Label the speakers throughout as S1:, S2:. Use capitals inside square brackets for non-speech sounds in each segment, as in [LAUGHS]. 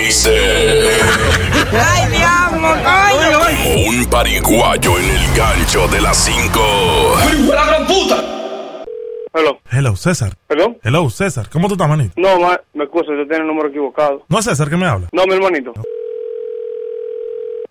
S1: Raíces.
S2: ¡Ay, diablo, coño!
S1: Un pariguayo en el gancho de las 5.
S3: Hello,
S4: Hello, César.
S3: hello.
S4: Hello, César. ¿Cómo tú estás, manito?
S3: No, ma- me excuso, yo tengo el número equivocado.
S4: No, César, ¿qué me habla?
S3: No, mi hermanito.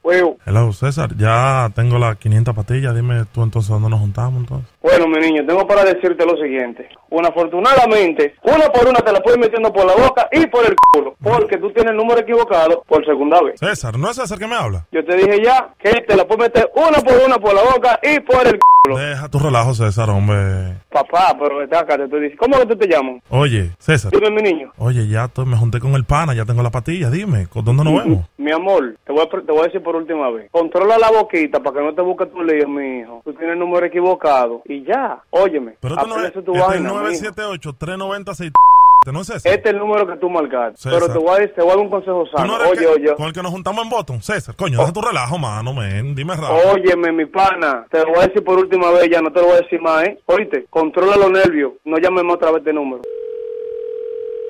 S3: Bueno,
S4: Hello, César. Ya tengo las 500 patillas. Dime tú entonces dónde nos juntamos, entonces.
S3: bueno, mi niño, tengo para decirte lo siguiente. Bueno, afortunadamente, una por una te la puedes metiendo por la boca y por el culo, porque tú tienes el número equivocado por segunda vez.
S4: César, ¿no es César que me habla?
S3: Yo te dije ya que te la puedes meter una por una por la boca y por el culo.
S4: Deja tu relajo, César, hombre.
S3: Papá, pero vete acá, te estoy diciendo. ¿Cómo que tú te llamas?
S4: Oye, César.
S3: Dime, mi niño.
S4: Oye, ya to- me junté con el pana, ya tengo las patillas. Dime, ¿con- ¿dónde nos vemos?
S3: Mi amor, te voy, a, pre- te voy a decir por última vez. Controla la boquita para que no te busque tu lío, mi hijo. Tú tienes el número equivocado. Y ya, óyeme.
S4: Pero tú no
S3: aprende
S4: es.
S3: tu
S4: Este es
S3: vaina, mi hijo.
S4: 978-396. ¿No es César?
S3: Este es el número que tú marcaste.
S4: César.
S3: Pero te voy, a, decir- te voy a dar un consejo
S4: ¿Tú
S3: sano.
S4: no eres el
S3: oye,
S4: que-
S3: oye.
S4: Con el que nos juntamos en Boston. César, coño, deja tu relajo, mano, men. Dime rápido.
S3: Óyeme, mi pana. Te lo voy a decir por última vez ya. No te lo voy a decir más, ¿eh? Oíste, controla los nervios. No llames más otra vez de número.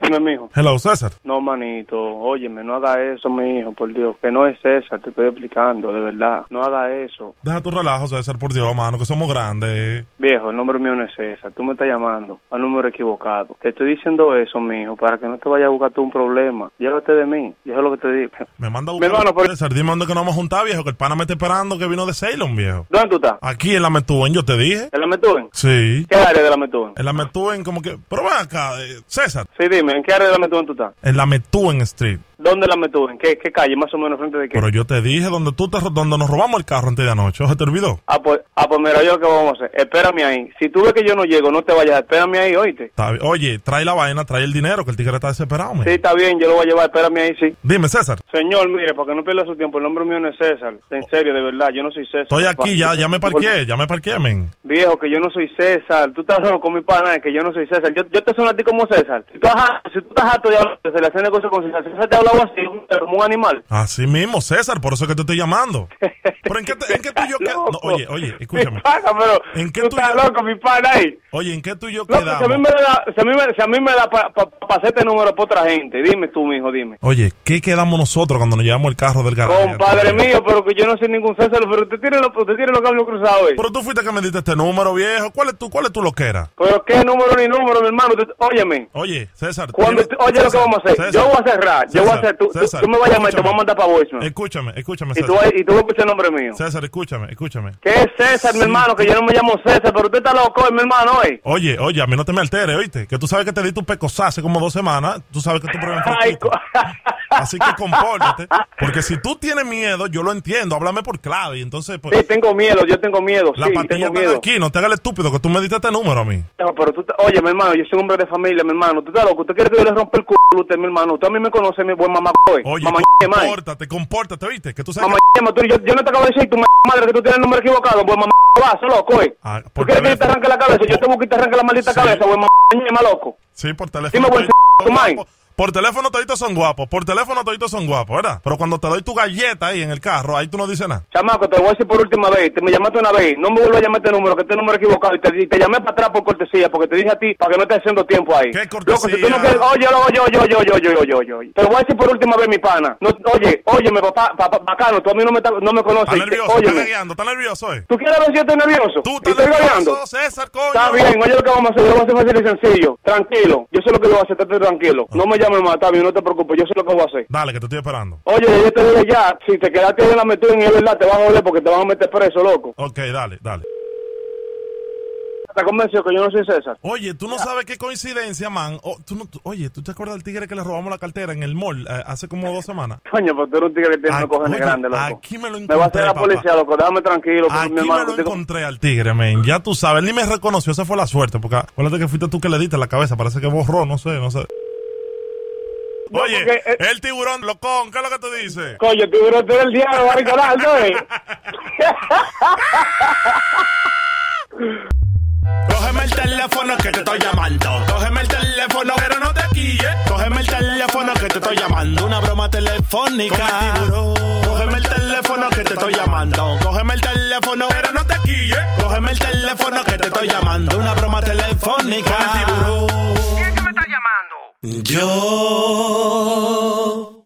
S3: Dime, mi hijo.
S4: Hello, César.
S3: No, manito, óyeme, no haga eso, mi hijo, por Dios, que no es esa, te estoy explicando, de verdad, no haga eso.
S4: Deja tu relajo, César, por Dios, mano, que somos grandes.
S3: Viejo, el nombre mío no es César. Tú me estás llamando al número equivocado. Te estoy diciendo eso, mijo, para que no te vayas a buscar tú un problema. Llévate de mí. Yo es lo que te digo.
S4: Me manda a
S3: Mi
S4: buscar.
S3: hermano, por-
S4: César, dime dónde que nos vamos a juntar, viejo, que el pana me está esperando que vino de Ceylon, viejo.
S3: [LAUGHS] ¿Dónde tú estás?
S4: Aquí en la Metúen, yo te dije.
S3: ¿En la Metúen?
S4: Sí.
S3: ¿Qué área de la Metúen?
S4: En la Metúen, como que. Pero ven acá, eh, César.
S3: Sí, dime, ¿en qué área de la Metúen tú estás?
S4: En la Metúen Street.
S3: ¿Dónde la Metúen? ¿Qué, ¿Qué calle? Más o menos frente de qué.
S4: Pero yo te dije donde tú te, ro- donde nos robamos el carro antes de anoche. Ojo, te olvidó.
S3: Ah, pues, ah, pues mira, yo lo que vamos a hacer. Espérame ahí. Si tú ves que yo no llego, no te vayas. Espérame ahí, oíste.
S4: Está bien. Oye, trae la vaina, trae el dinero, que el tigre está desesperado, men.
S3: Sí, está bien, yo lo voy a llevar. Espérame ahí, sí.
S4: Dime, César.
S3: Señor, mire, para que no pierda su tiempo, el nombre mío no es César. En serio, de verdad, yo no soy César.
S4: Estoy aquí, ya, ya me
S3: Por-
S4: parqué, ya me parqué, men.
S3: Viejo, que yo no soy César. Tú estás hablando con mi pana, que yo no soy César. Yo, yo te sueno a ti como César. Si tú, estás- si tú estás harto de hablar, de hacer negocios con César, César te hablaba así, un- como un animal.
S4: Así mismo, César, por eso es que te estoy llamando.
S3: [LAUGHS]
S4: Pero en qué, te- en qué tú y yo qued- no,
S3: Loco.
S4: Oye, oye,
S3: [LAUGHS] Mi
S4: escúchame.
S3: pana, pero
S4: ¿En qué
S3: tú
S4: tú
S3: estás
S4: ya-
S3: loco, mi pana, ahí.
S4: Oye, ¿en qué tú y yo
S3: Loco, si pues, a mí
S4: quedamos?
S3: me da, si a mí me, si a mí me da para pa, pa hacer este número para otra gente, dime tú, mijo, dime.
S4: Oye, ¿qué quedamos nosotros cuando nos llevamos el carro del garaje?
S3: Compadre mío, pero que yo no soy ningún César, pero usted tiene, lo- usted tiene los cables cruzados, eh.
S4: Pero tú fuiste que me diste este número, viejo. ¿Cuál es tu, cuál es tu loquera?
S3: Pero qué número ni número, mi hermano. Usted- óyeme.
S4: Oye, César.
S3: Cuando,
S4: tienes-
S3: oye, lo que
S4: César,
S3: vamos a hacer,
S4: César,
S3: yo voy a cerrar, yo voy a hacer, tú, tú-
S4: César,
S3: tú me vas a llamar, y te
S4: escúchame.
S3: voy a mandar para voicemail.
S4: Escúchame, escúchame,
S3: Y
S4: César.
S3: tú, vas- y tú vas a escuchar el nombre mío.
S4: César, escúchame, escúchame.
S3: ¿Qué es César, mi hermano? Que yo no me llamo César, pero usted está loco, mi hermano, hoy.
S4: Oye, oye, a mí no te me alteres, oíste. Que tú sabes que te di tu pecosa hace como dos semanas. Tú sabes que tu problema
S3: Ay,
S4: fue
S3: co-
S4: [LAUGHS] Así que compórtate. Porque si tú tienes miedo, yo lo entiendo. Háblame por clave. Y entonces,
S3: [LAUGHS]
S4: pues,
S3: Sí, tengo miedo, yo tengo miedo,
S4: la
S3: sí,
S4: patilla
S3: tengo
S4: está
S3: miedo.
S4: aquí. No te hagas el estúpido que tú me diste este número a mí.
S3: No, pero tú, te- oye, mi hermano, yo soy un hombre de familia, mi hermano. Usted está loco, usted quiere que yo le rompa el culo a usted, mi hermano. Usted a mí me conoce, mi buen mamá, hoy.
S4: Oye,
S3: mamá, más.
S4: compórtate, compórtate, oíste. Que tú sabes
S3: Mamá, tú, yo, yo no te acabo de decir, tu madre, que tú tienes el número equivocado, buen mamá, vas, loco, hoy.
S4: Ah,
S3: ¿Tú
S4: por
S3: quieres que yo te
S4: teléfono.
S3: arranque la cabeza? Yo te busco y te arranque la maldita
S4: Sí.
S3: cabeza, buen mamá, más loco.
S4: que. Sí, por teléfono.
S3: Dime, buen
S4: todito
S3: c-
S4: son
S3: man.
S4: guapos. Por teléfono toditos son guapos. Por teléfono toditos son guapos, ¿verdad? Pero cuando te doy tu galleta ahí en el carro, ahí tú no dices nada.
S3: Chamaco, te lo voy a decir por última vez. Te me llamaste una vez. No me vuelvas a llamar este número, que este número es equivocado. Y te, y te llamé para atrás por cortesía, porque te dije a ti para que no estés haciendo tiempo ahí.
S4: ¿Qué
S3: Loco, si tú no
S4: cortesía?
S3: quieres- Oye, lo- oye, oye, oye, oye, oye, oye, oye, oye. Te lo voy a decir por última vez, mi pana. No, oye, óyeme, papá, papá, bacano, tú a mí no me, ta- no me conoces.
S4: Está nervioso, está
S3: óyeme.
S4: gagueando, está nervioso, eh.
S3: ¿Tú quieres ver si yo estoy nervioso?
S4: Tú
S3: ¿Y
S4: estás
S3: estoy gagueando?
S4: nervioso, César, coño.
S3: Está bien, oye lo que vamos a hacer, yo lo voy a hacer fácil y sencillo. Tranquilo, yo sé lo que voy a hacer, estate tranquilo. No me llames más, está bien, no te preocupes, yo sé lo que voy a hacer.
S4: Dale, que te estoy esperando.
S3: Oye, yo te dije ya, si te quedaste ahí en la metida y es verdad, te vas a joder porque te van a meter preso, loco.
S4: Ok, dale, dale.
S3: ¿Estás convencido que yo no soy César?
S4: Oye, tú no sabes qué coincidencia, man. O- tú no- tú- oye, ¿tú te acuerdas del tigre que le robamos la cartera en el mall eh, hace como dos semanas?
S3: Coño, pero tú eres un tigre que tiene
S4: Aquí-
S3: unos cojones
S4: oye,
S3: grandes, loco.
S4: aquí me lo
S3: va a
S4: encontré,
S3: hacer la
S4: papá.
S3: policía, loco, déjame tranquilo. porque
S4: Aquí
S3: mi hermano,
S4: me lo
S3: te digo-
S4: encontré al tigre, men. Ya tú sabes, él ni me reconoció, esa fue la suerte. Porque acuérdate que fuiste tú que le diste la cabeza, parece que borró, no sé, no sé.
S3: No,
S4: Oye,
S3: porque, eh,
S4: el tiburón, locón, ¿qué es lo que tú dices?
S3: Coño, tú eres tú eres el diablo, Barricolás, ¿sabes?
S5: Cógeme el teléfono que te estoy llamando. Cógeme el teléfono, pero no te quilles. Cógeme el teléfono que te estoy llamando. Una broma telefónica. Cógeme el teléfono que te estoy llamando. Cógeme el teléfono, pero no te quilles. Cógeme el teléfono que te estoy llamando. Una broma telefónica. ¿Quién que me está llamando? Yo.